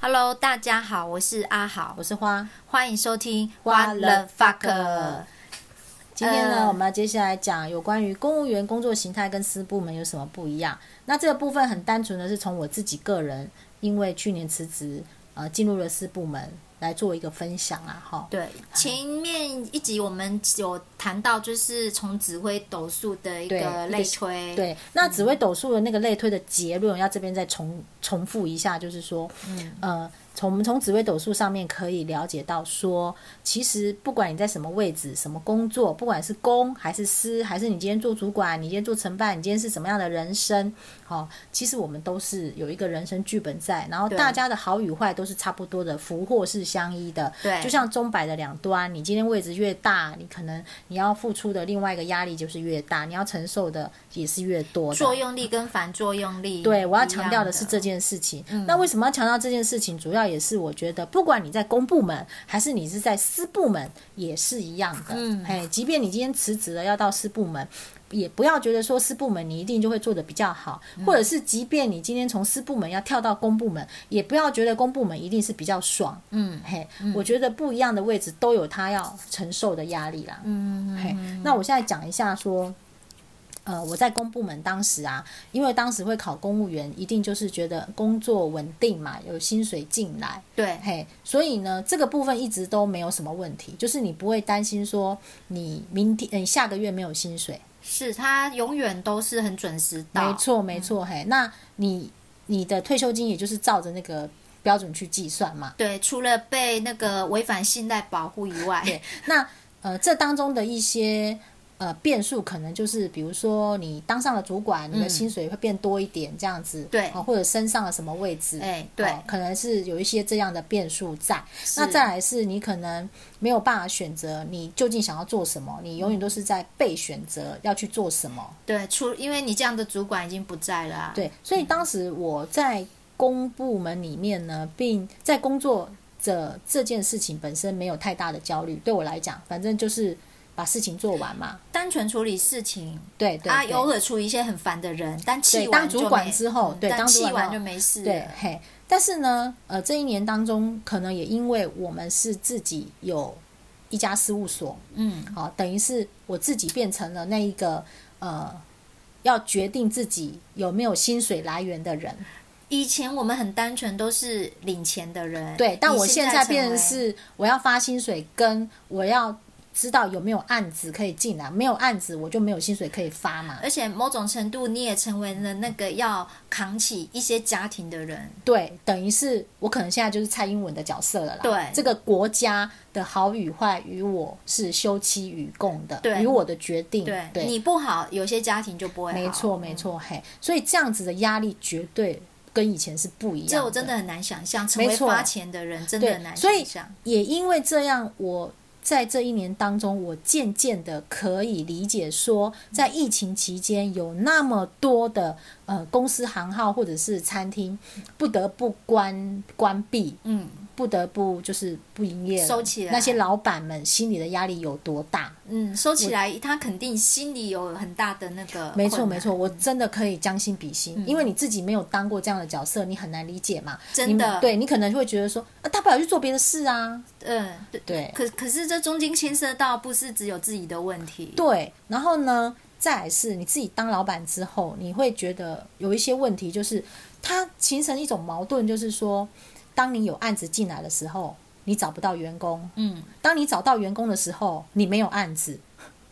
Hello，大家好，我是阿豪我，是花。欢迎收听 What What the the fuck。今天呢，呃我们要接下来讲有关于公务员工作形态跟私部门有什么不一样。那这个部分很单纯的是从我自己个人，因为去年辞职，呃，进入了私部门来做一个分享啊，哈。对，前面一集我们有谈到，就是从指挥斗数的一对个类推，对，那紫微斗数的那个类推的结论，我要这边再重重复一下，就是说，嗯，呃，从我们从紫微斗数上面可以了解到说，其实不管你在什么位置、什么工作，不管是公还是私，还是你今天做主管，你今天做承办，你今天是什么样的人生，好、其实我们都是有一个人生剧本在，然后对大家的好与坏都是差不多的，福祸是相依的，对就像钟摆的两端，你今天位置越大，你可能你要付出的另外一个压力就是越大，你要承受的也是越多的。作用力跟反作用力。对，我要一样强调的是嗯这件事情。那为什么要强调这件事情？主要也是我觉得，不管你在公部门还是你是在私部门，也是一样的。嗯，哎，即便你今天辞职了，要到私部门。也不要觉得说私部门你一定就会做得比较好，或者是即便你今天从私部门要跳到公部门，也不要觉得公部门一定是比较爽。嗯，嘿，我觉得不一样的位置都有他要承受的压力啦。嗯，嘿，那我现在讲一下说，呃，我在公部门当时啊，因为当时会考公务员，一定就是觉得工作稳定嘛，有薪水进来，对嘿，所以呢，这个部分一直都没有什么问题，就是你不会担心说你明天、呃、你下个月没有薪水。是它永远都是很准时到，没错，没错，嘿，那你你的退休金也就是照着那个标准去计算嘛。对，除了被那个违反信贷保护以外，对，那呃，这当中的一些呃变数，可能就是比如说你当上了主管，你的薪水会变多一点这样子，嗯对哦或者升上了什么位置，哎对哦可能是有一些这样的变数在。那再来是你可能没有办法选择你究竟想要做什么，你永远都是在被选择要去做什么。对，除因为你这样的主管已经不在了、啊，对，所以当时我在公部门里面呢，并在工作者这件事情本身没有太大的焦虑，对我来讲，反正就是把事情做完嘛。单纯处理事情，对对啊，对偶尔处理一些很烦的人，但气对完当就主管没之后嗯对但当主气管完后就没事了，对，嘿。但是呢，呃，这一年当中，可能也因为我们是自己有一家事务所，嗯，好、等于是我自己变成了那一个呃，要决定自己有没有薪水来源的人。以前我们很单纯，都是领钱的人。对，但你我现在在变成成为是我要发薪水，跟我要知道有没有案子可以进来，没有案子我就没有薪水可以发嘛。而且某种程度你也成为了那个要扛起一些家庭的人。对，等于是我可能现在就是蔡英文的角色了啦。对这个国家的好与坏与我是休戚与共的，对与我的决定。对，对，你不好，有些家庭就不会好。嗯没错没错，嘿，所以这样子的压力绝对跟以前是不一样的。这我真的很难想象，成为没错发钱的人真的对很，难所想以象。也因为这样，我在这一年当中，我渐渐的可以理解说，在疫情期间有那么多的呃公司行号或者是餐厅不得不关关闭，嗯不得不就是不营业了收起来那些老板们心里的压力有多大？嗯，收起来，他肯定心里有很嗯大的那个。没错，没错，，我真的可以将心比嗯心，因为你自己没有当过这样的角色，你很难理解嘛。真你的对你可能会觉得说，啊，大不了去做别的事啊。嗯，对。对，可可是这中间牵涉到不是只有自己的问题。对，然后呢，再来是你自己当老板之后，你会觉得有一些问题，就是它形成一种矛盾，就是说，当你有案子进来的时候，你找不到员工；嗯，当你找到员工的时候，你没有案子，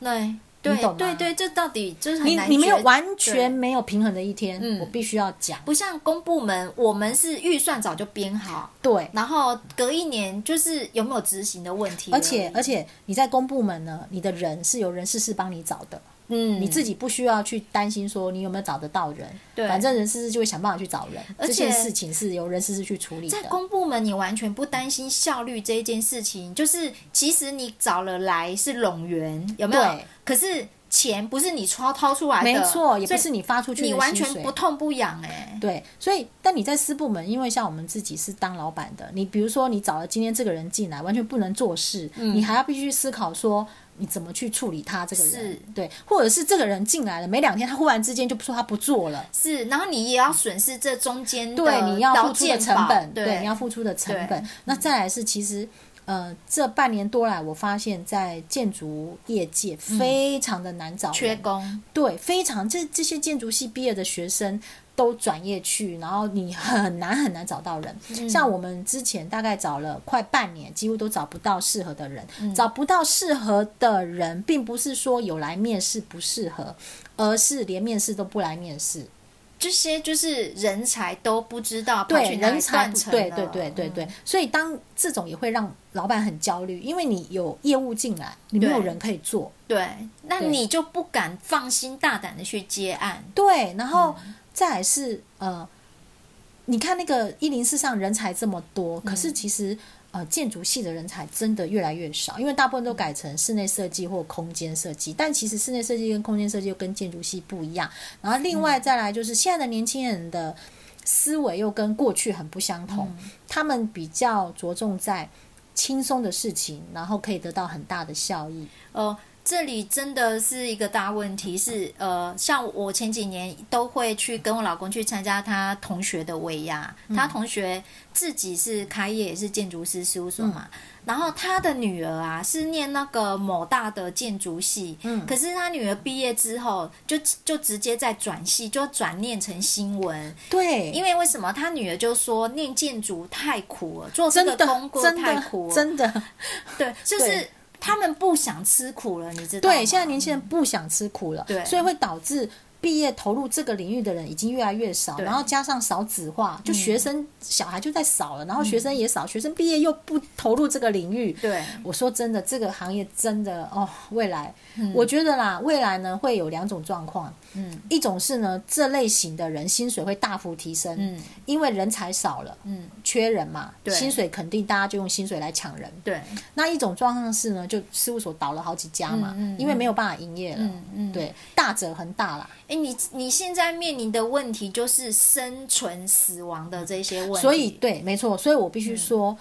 对对你懂吗对对，这到底就是很你难你没有抉完对全没有平衡的一天。嗯我必须要讲，不像公部门，我们是预算早就编好，对。然后隔一年就是有没有执行的问题而且而且，且你在公部门呢，你的人是由人事室帮你找的，嗯，你自己不需要去担心说你有没有找得到人，对反正人事室就会想办法去找人，而这件且事情是由人事室去处理的。在公部门，你完全不担心效率这一件事情，就是其实你找了来是拢源，有没有对？可是钱不是你掏掏出来的，没错，也所不以是你发出去的你完薪全水不痛不痒哎、对，所以但你在私部门，因为像我们自己是当老嗯板的，你比如说你找了今天这个人进来，完全不能做事，你还要必须思考说你怎么去处理他这个人是？对，或者是这个人进来了没两天，他忽然之间就说他不做了。是，然后你也要损失这中间的对，你要付劳出的健成保本，对，你要付出的成对本。那再来是，其实呃，这半年多来，我发现在建筑业界非常的难找人嗯缺工，对，非常这这些建筑系毕业的学生都转业去，然后你很难很难找到人。嗯像我们之前大概找了快半年，几乎都找不到适合的人。嗯找不到适合的人，并不是说有来面试不适合，而是连面试都不来面试。这些就是人才都不知道跑对去哪里人才断不层对了嗯对对对对，所以当这种也会让老板很焦虑，因为你有业务进来，你没有对人可以做，对，那对你就不敢放心大胆的去接案，对，然后嗯再来是呃，你看那个一零四上人才这么多，嗯可是其实。呃，建筑系的人才真的越来越少，因为大部分都改成室内设计或空间设计。但其实室内设计跟空间设计又跟建筑系不一样。然后另嗯外再来就是现在的年轻人的思维又跟过去很不相同，嗯他们比较着重在轻松的事情，然后可以得到很大的效益。呃，这里真的是一个大问题，是呃，像我前几年都会去跟我老公去参加他同学的尾牙，嗯他同学自己是开业也是建筑师事务所嘛，嗯然后他的女儿啊是念那个某大的建筑系，嗯可是他女儿毕业之后就就直接在转系，就转念成新闻，对，因为为什么他女儿就说念建筑太苦了，做这真个的工作真太的苦了，真的对，就是对他们不想吃苦了，你知道吗？对，现在年轻人不想吃苦了，对所以会导致毕业投入这个领域的人已经越来越少，对嗯然后加上少子化，就学生、小孩就在少了，然后学生也少，学生毕业又不投入这个领域，对我说真的，这个行业真的哦，未来、我觉得啦，未来呢会有两种状况，嗯，一种是呢这类型的人薪水会大幅提升，嗯，因为人才少了，嗯，缺人嘛，对薪水肯定大家就用薪水来抢人，对，那一种状况是呢，就事务所倒了好几家嘛，嗯嗯因为没有办法营业了。嗯嗯，对，大者恒大啦，哎，你你现在面临的问题就是生存、死亡的这些问题，嗯所以对，没错，所以我必须说，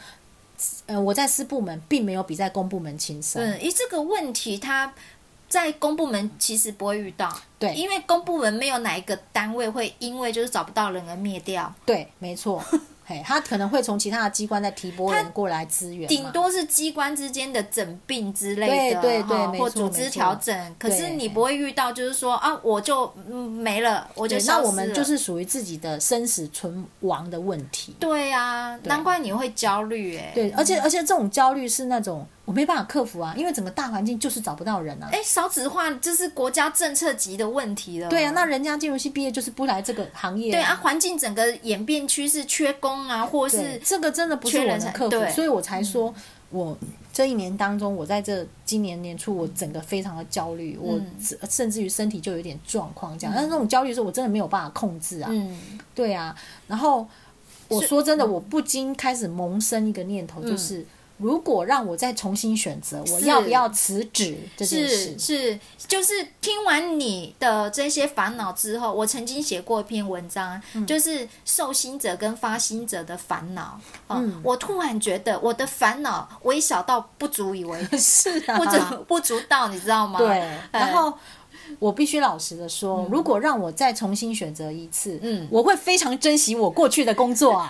呃，我在私部门并没有比在公部门轻松。嗯，诶，这个问题它在公部门其实不会遇到，对因为公部门没有哪一个单位会因为就是找不到人而灭掉，对，没错，嘿，他可能会从其他的机关再提拨人过来支援嘛，顶多是机关之间的整并之类的，对对对哈没或错组没织错调整。可是对你不会遇到，就是说啊，我就嗯没了，我就对。消那失我们了就是属于自己的生死存亡的问题。对啊，难怪你会焦虑哎、对，而且而且这种焦虑是那种我没办法克服啊，因为整个大环境就是找不到人啊。哎，少子化这是国家政策级的问题了。对啊，那人家进入系毕业就是不来这个行业、对啊，环境整个演变趋势，缺工啊，或对是这个真的不是缺我人能才克服，对嗯所以我才说，我这一年当中，我在这今年年初，我整个非常的焦嗯虑，我只甚至于身体就有点状况这样。但是那种焦虑是我真的没有办法控制啊，嗯，对啊。然后我说真的，我不禁开始萌生一个念头，就是。如果让我再重新选择，嗯我是要不要辞职这件事是？是，就是听完你的这些烦恼之后，我曾经写过一篇文章，嗯就是受薪者跟发薪者的烦恼。哦、嗯我突然觉得我的烦恼微小到不足以 为，是啊，不足不足道，你知道吗？对，哎然后我必须老实的说，如果让我再重新选择一次，嗯我会非常珍惜我过去的工作 啊。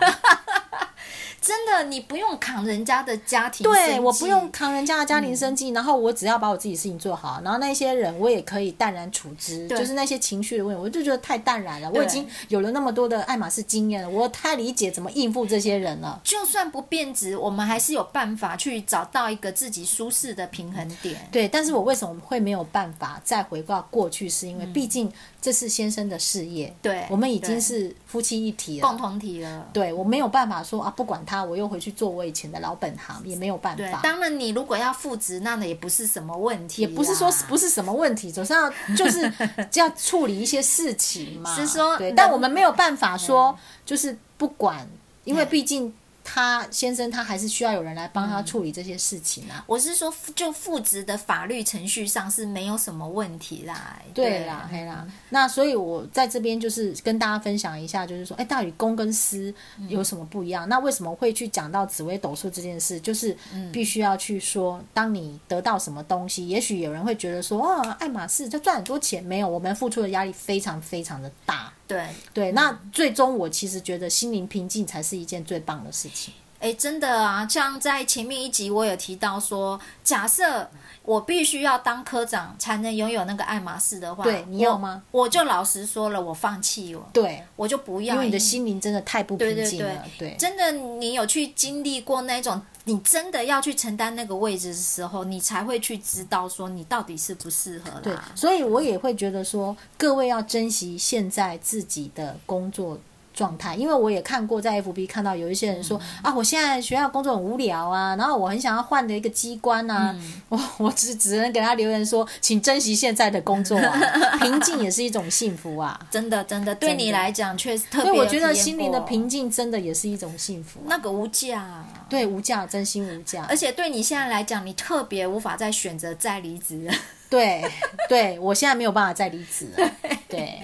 真的，你不用扛人家的家庭，对我不用。扛人家的家嗯庭生计，然后我只要把我自己事情做好，然后那些人我也可以淡然处之，对就是那些情绪的问题，我就觉得太淡然了。我对已经有了那么多的爱马仕经验了，我太理解怎么应付这些人了。就算不变质，我们还是有办法去找到一个自己舒适的平衡点。对，但是我为什么会没有办法再回到过去？是因为毕竟这是先生的事业，嗯对我们已对经是夫妻一体了，共同体了。对我没有办法说啊，不管他，我又回去做我以前的老本行，也没有办对，法。当然你如果要复职，那也不是什么问题也啦，不是说啊是不是什么问题，总是要就是 要处理一些事情嘛。是说对，人但我们没有办法说就是不管，因为毕竟他先生他还是需要有人来帮他处理这些事情啊。我是说，就父职的法律程序上是没有什么问题啦。对啦，嘿嗯啦。那所以我在这边就是跟大家分享一下，就是说，哎、到底公跟私嗯有什么不一样？那为什么会去讲到紫微斗数这件事？就是嗯必须要去说，当你得到什么东西，也许有人会觉得说，哦，爱马仕就赚很多钱，没有，我们付出的压力非常非常的大。对，对，那嗯最终我其实觉得心灵平静才是一件最棒的事情。哎，真的啊，像在前面一集我有提到说，假设我必须要当科长才能拥有那个爱马仕的话，对你我要吗？我就老实说了，我放弃我，对，我就不要。因为你的心灵真的太不对平对静对了，对真的，你有去经历过那种，你真的要去承担那个位置的时候，你才会去知道说你到底适不适合对啦。所以我也会觉得说，各位要珍惜现在自己的工作。状态，因为我也看过，在 FB 看到有一些人说、嗯啊，我现在学校工作很无聊啊，然后我很想要换的一个机关啊，嗯我我只只能给他留言说，请珍惜现在的工 作啊，平静也是一种幸福啊。真的，真的，对真的你来讲确实特所别。以我觉得心灵的平，静真的也是一种幸福啊、那个无价啊、对，无价，真心无价。而且对你现在来讲，你特别无法再选择再离职。 对， 对我现在没有办法再离职了，对，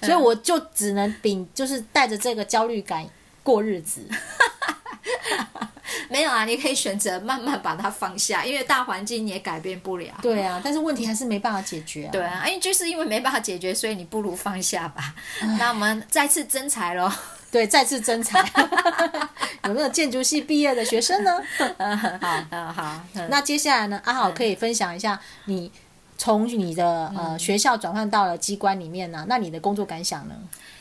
所以我就只能秉，就是带着这个焦虑感过日子。没有啊，你可以选择慢慢把它放下，因为大环境你也改变不了。对啊，但是问题还是没办法解决啊。对啊，因为就是因为没办法解决，所以你不如放下吧。那我们再次征才喽。对，再次增财， 有没有建筑系毕业的学生呢？好， 嗯，好，嗯那接下来呢，阿好可以分享一下你。从你的呃学校转换到了机关里面呢、那你的工作感想呢？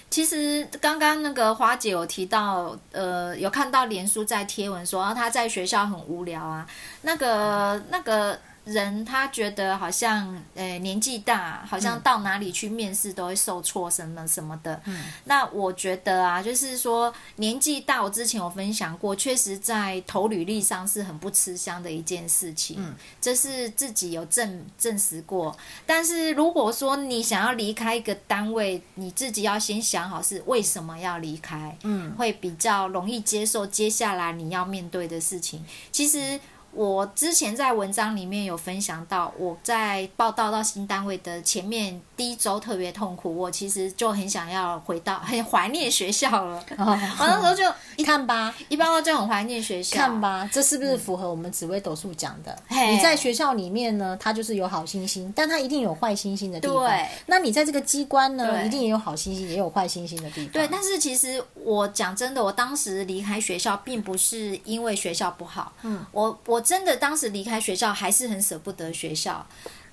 其实刚刚那个花姐有提到，呃，有看到连书在贴文说，啊，她在学校很无聊啊。那个那个人，他觉得好像，呃，年纪大，好像到哪里去面试都会受挫什么什么的。嗯，那我觉得啊，就是说年纪大，我之前有分享过，确实在投履历上是很不吃香的一件事情。嗯，这是自己有证证实过。但是如果说你想要离开一个单位，你自己要先想好是为什么要离开，嗯，会比较容易接受接下来你要面对的事情。其实我之前在文章里面有分享到，我在报道到新单位的前面第一周特别痛苦，我其实就很想要回到， 很怀念学校了。哦我那时候就你看吧，一报到就很怀念学校，看吧，这是不是符合我们紫微斗数讲的？嘿你在学校里面呢，它就是有好星星，但它一定有坏星星的地方。对，那你在这个机关呢，对一定也有好星星，也有坏星星的地方。对，但是其实我讲真的，我当时离开学校，并不是因为学校不好，嗯，我我真的当时离开学校还是很舍不得学校，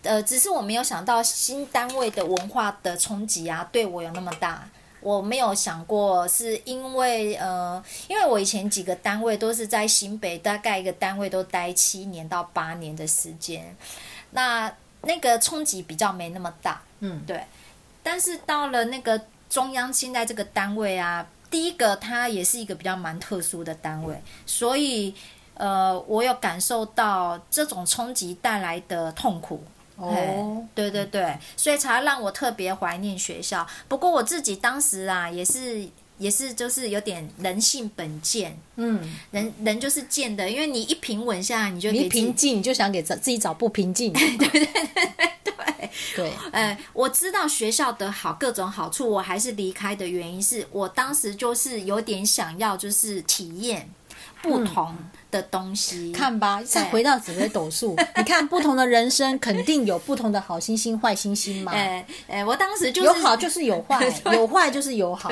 呃，只是我没有想到新单位的文化的冲击啊，对我有那么大。我没有想过，是因为呃，因为我以前几个单位都是在新北，大概一个单位都待七年到八年的时间，那那个冲击比较没那么大。嗯，对。但是到了那个中央清代这个单位啊，第一个它也是一个比较蛮特殊的单位，所以呃，我有感受到这种冲击带来的痛苦。哦，对对对，所以才让我特别怀念学校。不过我自己当时啊，也是也是就是有点人性本贱，嗯，人人就是贱的，因为你一平稳下来，你就你给一自己平静，你就想给自自己找不平 静。对对对对对，哎，我知道学校的好，各种好处，我还是离开的原因是我当时就是有点想要，就是体验不同的东西。嗯看吧，再回到紫微斗数，你看不同的人生肯定有不同的好星星、坏星星嘛。 哎哎，我当时就是有好就是 有坏，有坏就是有好。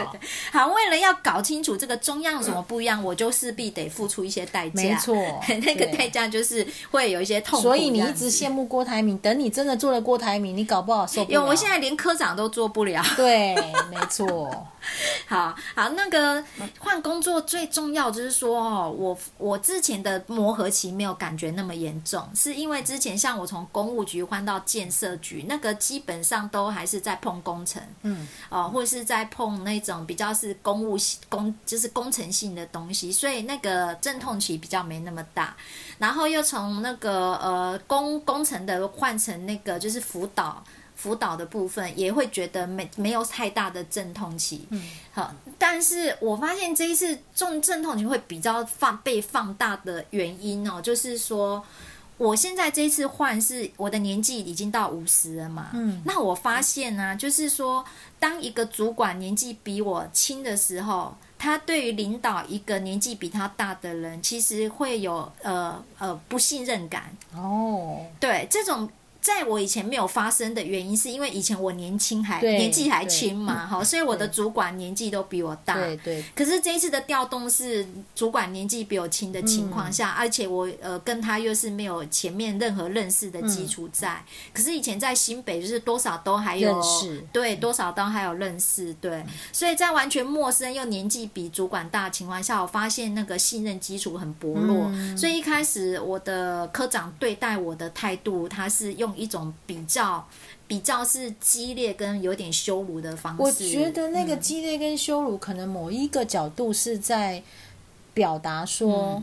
好，为了要搞清楚这个中央有什么不一样，我就势必得付出一些代价。没错 那个对代价就是会有一些痛苦这所样子。以你一直羡慕郭台铭，等你真的做了郭台铭，你搞不好受不了。有，我现在连科长都做不了。 对，没错， 好好，那个换工作最重要就是说哦，我我之前的磨合期没有感觉那么严重，是因为之前像我从公务局换到建设局，那个基本上都还是在碰工程，嗯，哦、或是在碰那种比较是公务系工就是工程性的东西，所以那个阵痛期比较没那么大。然后又从那个呃工工程的换成那个就是辅导。辅导的部分，也会觉得没没有太大的阵痛期。嗯，好，但是我发现这一次重阵痛期会比较放被放大的原因哦，就是说。我现在这一次换是我的年纪已经到五十了嘛，嗯，那我发现呢、啊，就是说，当一个主管年纪比我轻的时候，他对于领导一个年纪比他大的人，其实会有呃呃不信任感。哦，对，这种在我以前没有发生的原因，是因为以前我年轻还对年纪还轻嘛，哈，所以我的对主管年纪都比我大，对对可是这一次的调动是主管年纪比我轻的情况嗯下，而且我呃跟他又是没有前面任何认识的基础在。可是以前在新北就是多少都还有嗯认识对，多少都还有认识，对。所以在完全陌生又年纪比主管大的情况下，我发现那个信任基础很薄弱。嗯所以一开始我的科长对待我的态度，他是用一种比较。比较是激烈跟有点羞辱的方式，我觉得那个激烈跟羞辱，可能某一个角度是在表达说，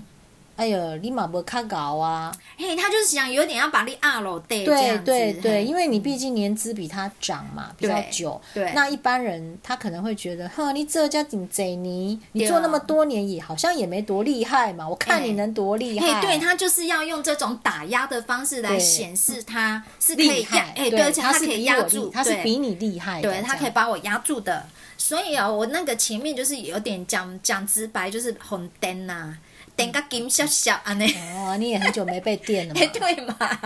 哎呦，你马不看搞啊，嘿，他就是想有点要把力二楼对这对样子对对，嘿因为你毕竟年资比他长嘛，比较对久。对那一般人他可能会觉得，哼，你这家顶贼泥，你对啊做那么多年也好像也没多厉害嘛，我看你哎能多厉害。嘿，对他就是要用这种打压的方式来对显示他是可以厉压害，，哎，对，而且他可是以比压我住，厉，他是对比你厉害的，对他这样可以把我压住的。所以啊，我那个前面就是有点讲讲直白，就是红灯呐，灯个金小小安尼。哦，你也很久没被电 了嘛哎，， 对嘛？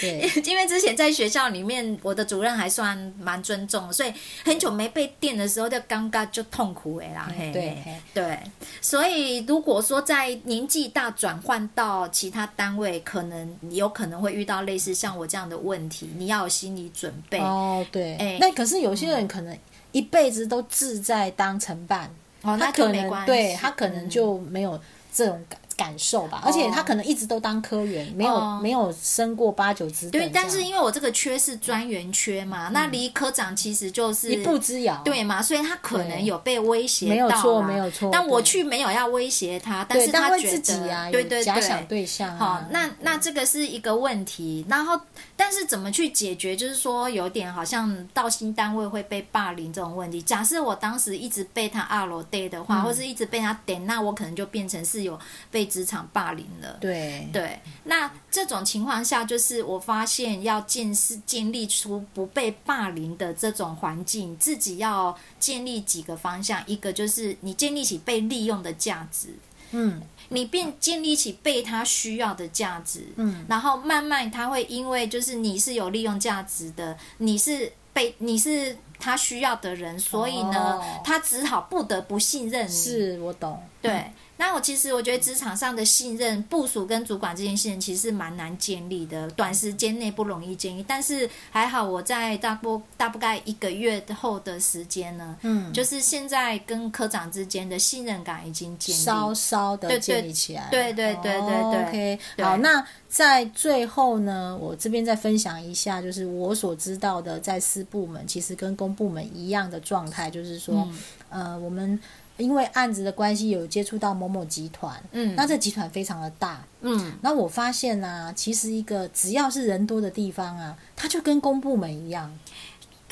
对 因为之前在学校里面，我的主任还算蛮尊重，所以很久没被电的时候，就尴尬就痛苦哎啦，嘿，对嘿对，所以如果说在年纪大转换到其他单位，可能你有可能会遇到类似像我这样的问题，你要有心理准备。哦，对哎，那可是有些人可能一辈子都志在当承办，哦他那就可没能关系嗯对他可能就没有这种感感受吧，而且他可能一直都当科员，没有哦没有升过八九职等这对，样，嗯但是因为我这个缺是专员缺嘛，那离科长其实就是一步之遥，对嘛，所以他可能对有被威胁到没有错啦没有错但我对去没有要威胁他，但对，是但他会觉自己得啊，对有对假对，想对象好啊，，那那这个是一个问题，然后但是怎么去解决？就是说有点好像到新单位会被霸凌这种问题。假设我当时一直被他二楼 day 的话，或是一直被他点，那我可能就变成是有被职场霸凌了。对对，那这种情况下，就是我发现要建是建立出不被霸凌的这种环境，自己要建立几个方向，一个就是你建立起被利用的价值，嗯，你并建立起被他需要的价值，嗯，然后慢慢他会因为就是你是有利用价值的，你是被你是他需要的人，所以呢，哦他只好不得不信任你，是我懂，对，那我其实我觉得职场上的信任，部署跟主管这件事情其实蛮难建立的，短时间内不容易建立。但是还好，我在大不大不概一个月后的时间呢，嗯，就是现在跟科长之间的信任感已经建立。稍稍的对对建立起来。对对对对哦对 OK，对好，那在最后呢，我这边再分享一下，就是我所知道的，在私部门其实跟公部门一样的状态，就是嗯说，呃，我们因为案子的关系，有接触到某某集团，嗯那这集团非常的大，嗯，那我发现呢、其实一个只要是人多的地方啊，它就跟公部门一样，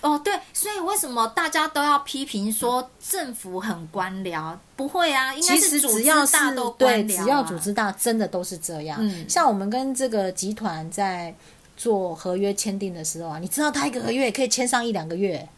哦对，所以为什么大家都要批评说政府很官僚？不会啊，应该其实是组只织要是大都官对，僚、啊只要组织大，真的都是这样。嗯像我们跟这个集团在做合约签订的时候啊，你知道他一个合约也可以签上一两个哎月，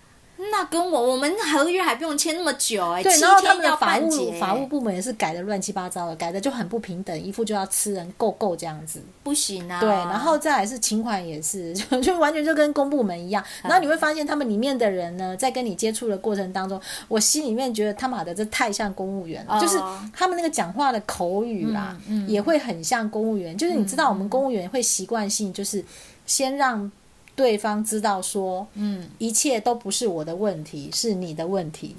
那跟我我们合约还不用签那么久哎、对，七然后他天们的要法半务结法务部门也是改的乱七八糟的，改的就很不平等，一副就要吃人够够这样子。不行啊。对，然后再来是请款也是， 就就完全就跟公部门一样。嗯然后你会发现他们里面的人呢，在跟你接触的过程当中，我心里面觉得他妈的这太像公务员了，哦嗯就是他们那个讲话的口语啦，也会很像公务员。就是你知道，我们公务员会习惯性就是先让。对方知道说，嗯，一切都不是我的问题，是你的问题，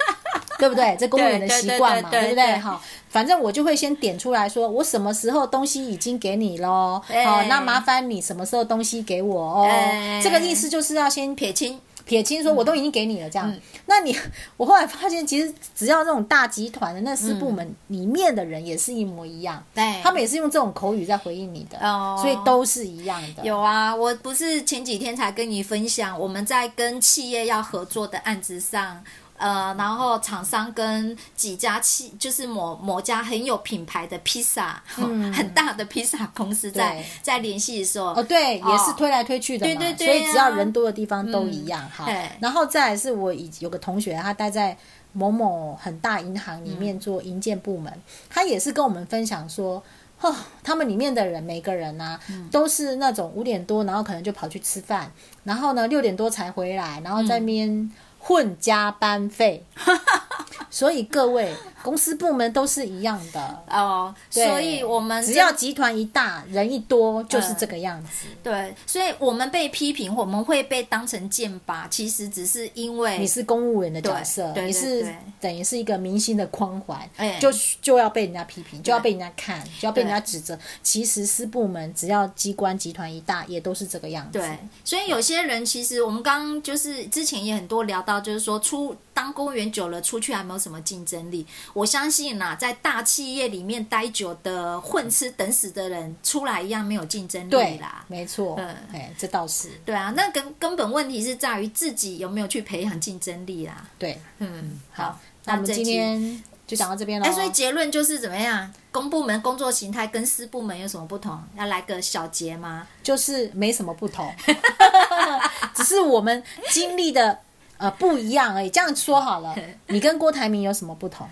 对不对？这公务员的习惯嘛，对对对对对不对对？好，反正我就会先点出来说，我什么时候东西已经给你喽，哎好，那麻烦你什么时候东西给我哦哎。嗯这个意思就是要先撇撇清，撇清说我都已经给你了这嗯样。那你我后来发现，其实只要那种大集团的那私部门里面的人也是一模一样，对他们也是用这种口语在回应你的，哎哦所以都是一样的。有啊，我不是前几天才跟你分享，我们在跟企业要合作的案子上，呃，然后厂商跟几家企，就是某某家很有品牌的披萨、 很大的披萨公司在嗯对在联系的时候，哦，对，哦也是推来推去的嘛，对对对嗯所以只要啊人多的地方都一样。好对，然后再来是我以有个同学，他待在某某很大银行里面做营建部门，他也是跟我们分享说。哦，他们里面的人每个人啊，嗯都是那种五点多，然后可能就跑去吃饭，然后呢六点多才回来，然后在那边混加 班费。所以各位，公司部门都是一样的，哦，对所以我们只真要集团一大，人一多，就是这个样子。对，所以我们被批评，我们会被当成剑拔，其实只是因为你是公务员的角色，对对你对是对等于是一个明星的光环，哎就就要被人家批评，就要被人家看，就要被人家指责。其实私部门只要机关集团一大，也都是这个样子。对，所以有些人其实我们刚刚就是之前也很多聊到，就是说出当公务员久了，出去还没有什么竞争力。我相信啦，在大企业里面待久的混吃等死的人，出来一样没有竞争力对啦。没错，嗯哎，这倒是对啊，那根根本问题是在于自己有没有去培养竞争力啦。对。嗯，好好，，那我们这今集天就讲到这边了。哎，所以结论就是怎么样？公部门工作形态跟私部门有什么不同？要来个小结吗？就是没什么不同， 只是我们经历的呃不一样而已。这样说好 了，你跟郭台铭有什么不同？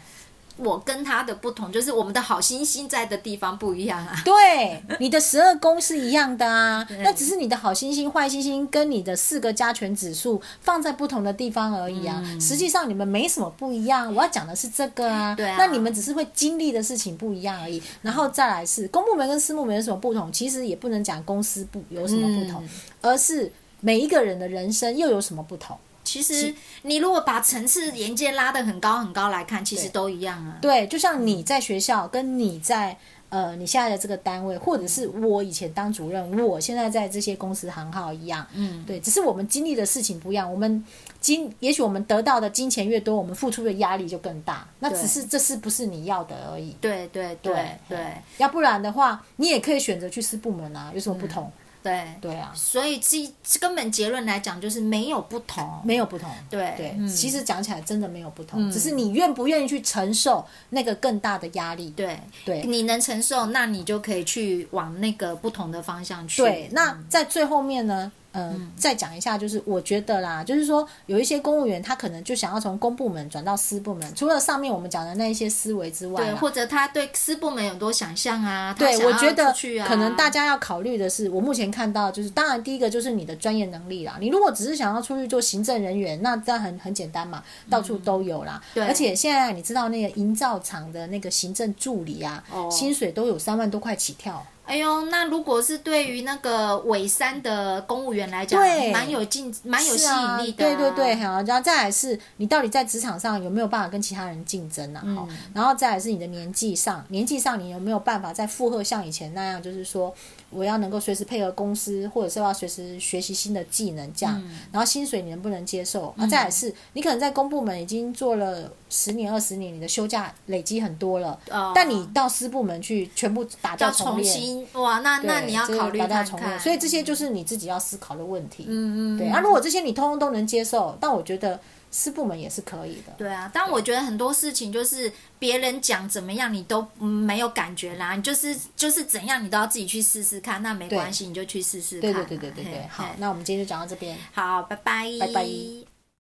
我跟他的不同就是我们的好心心在的地方不一样啊。对，你的十二宫是一样的啊，那只是你的好星星、坏星星跟你的四个加权指数放在不同的地方而已啊。嗯实际上你们没什么不一样，我要讲的是这个啊。对啊那你们只是会经历的事情不一样而已。然后再来是公部门跟私部门有什么不同？其实也不能讲公司不有什么不同，嗯而是每一个人的人生又有什么不同。其实你如果把层次连接拉得很高很高来看，其实都一样啊。对，就像你在学校，跟你在呃你现在的这个单位，或者是我以前当主任，我现在在这些公司行号一样，嗯，对，只是我们经历的事情不一样，我们金也许我们得到的金钱越多，我们付出的压力就更大，那对只是这是不是你要的而已。对对对对要不然的话，你也可以选择去私部门啊，有嗯什么不同？对，对啊，所以这根本结论来讲就是没有不同。没有不同。对对，嗯其实讲起来真的没有不同，嗯只是你愿不愿意去承受那个更大的压力。对对你能承受，那你就可以去往那个不同的方向去。对，那在最后面呢，呃，嗯再讲一下，就是我觉得啦，就是说有一些公务员他可能就想要从公部门转到私部门，除了上面我们讲的那一些思维之外对，啦，或者他对私部门有多想象啊？他对想要我觉得出去啊，可能大家要考虑的是，我目前看到就是，当然第一个就是你的专业能力啦，你如果只是想要出去做行政人员，那这样很很简单嘛，到处都有啦。嗯对而且现在你知道那个营造厂的那个行政助理啊，哦薪水都有三万多块起跳。哎呦，那如果是对于那个尾山的公务员来讲对，蛮有竞，蛮有吸是啊引力的啊、对对对，好，然后再来是你到底在职场上有没有办法跟其他人竞争啊？嗯哈、然后再来是你的年纪上，年纪上你有没有办法再负荷像以前那样，就是说我要能够随时配合公司，或者是要随时学习新的技能这样。嗯然后薪水你能不能接受？啊，再来是你可能在公部门已经做了十年二十年，你的休假累积很多了，哦但你到私部门去全部打要掉重练。新哇，那对那你要这个考虑打掉看重练看。所以这些就是你自己要思考的问题。嗯嗯，对啊，如果这些你通通都能接受，但我觉得私部门也是可以的。对啊，但我觉得很多事情就是别人讲怎么样，你都嗯没有感觉啦，你就是就是怎样，你都要自己去试试看。那没关系，你就去试试看对啊。对对对对对，嘿好嘿，那我们今天就讲到这边。好，拜拜，拜拜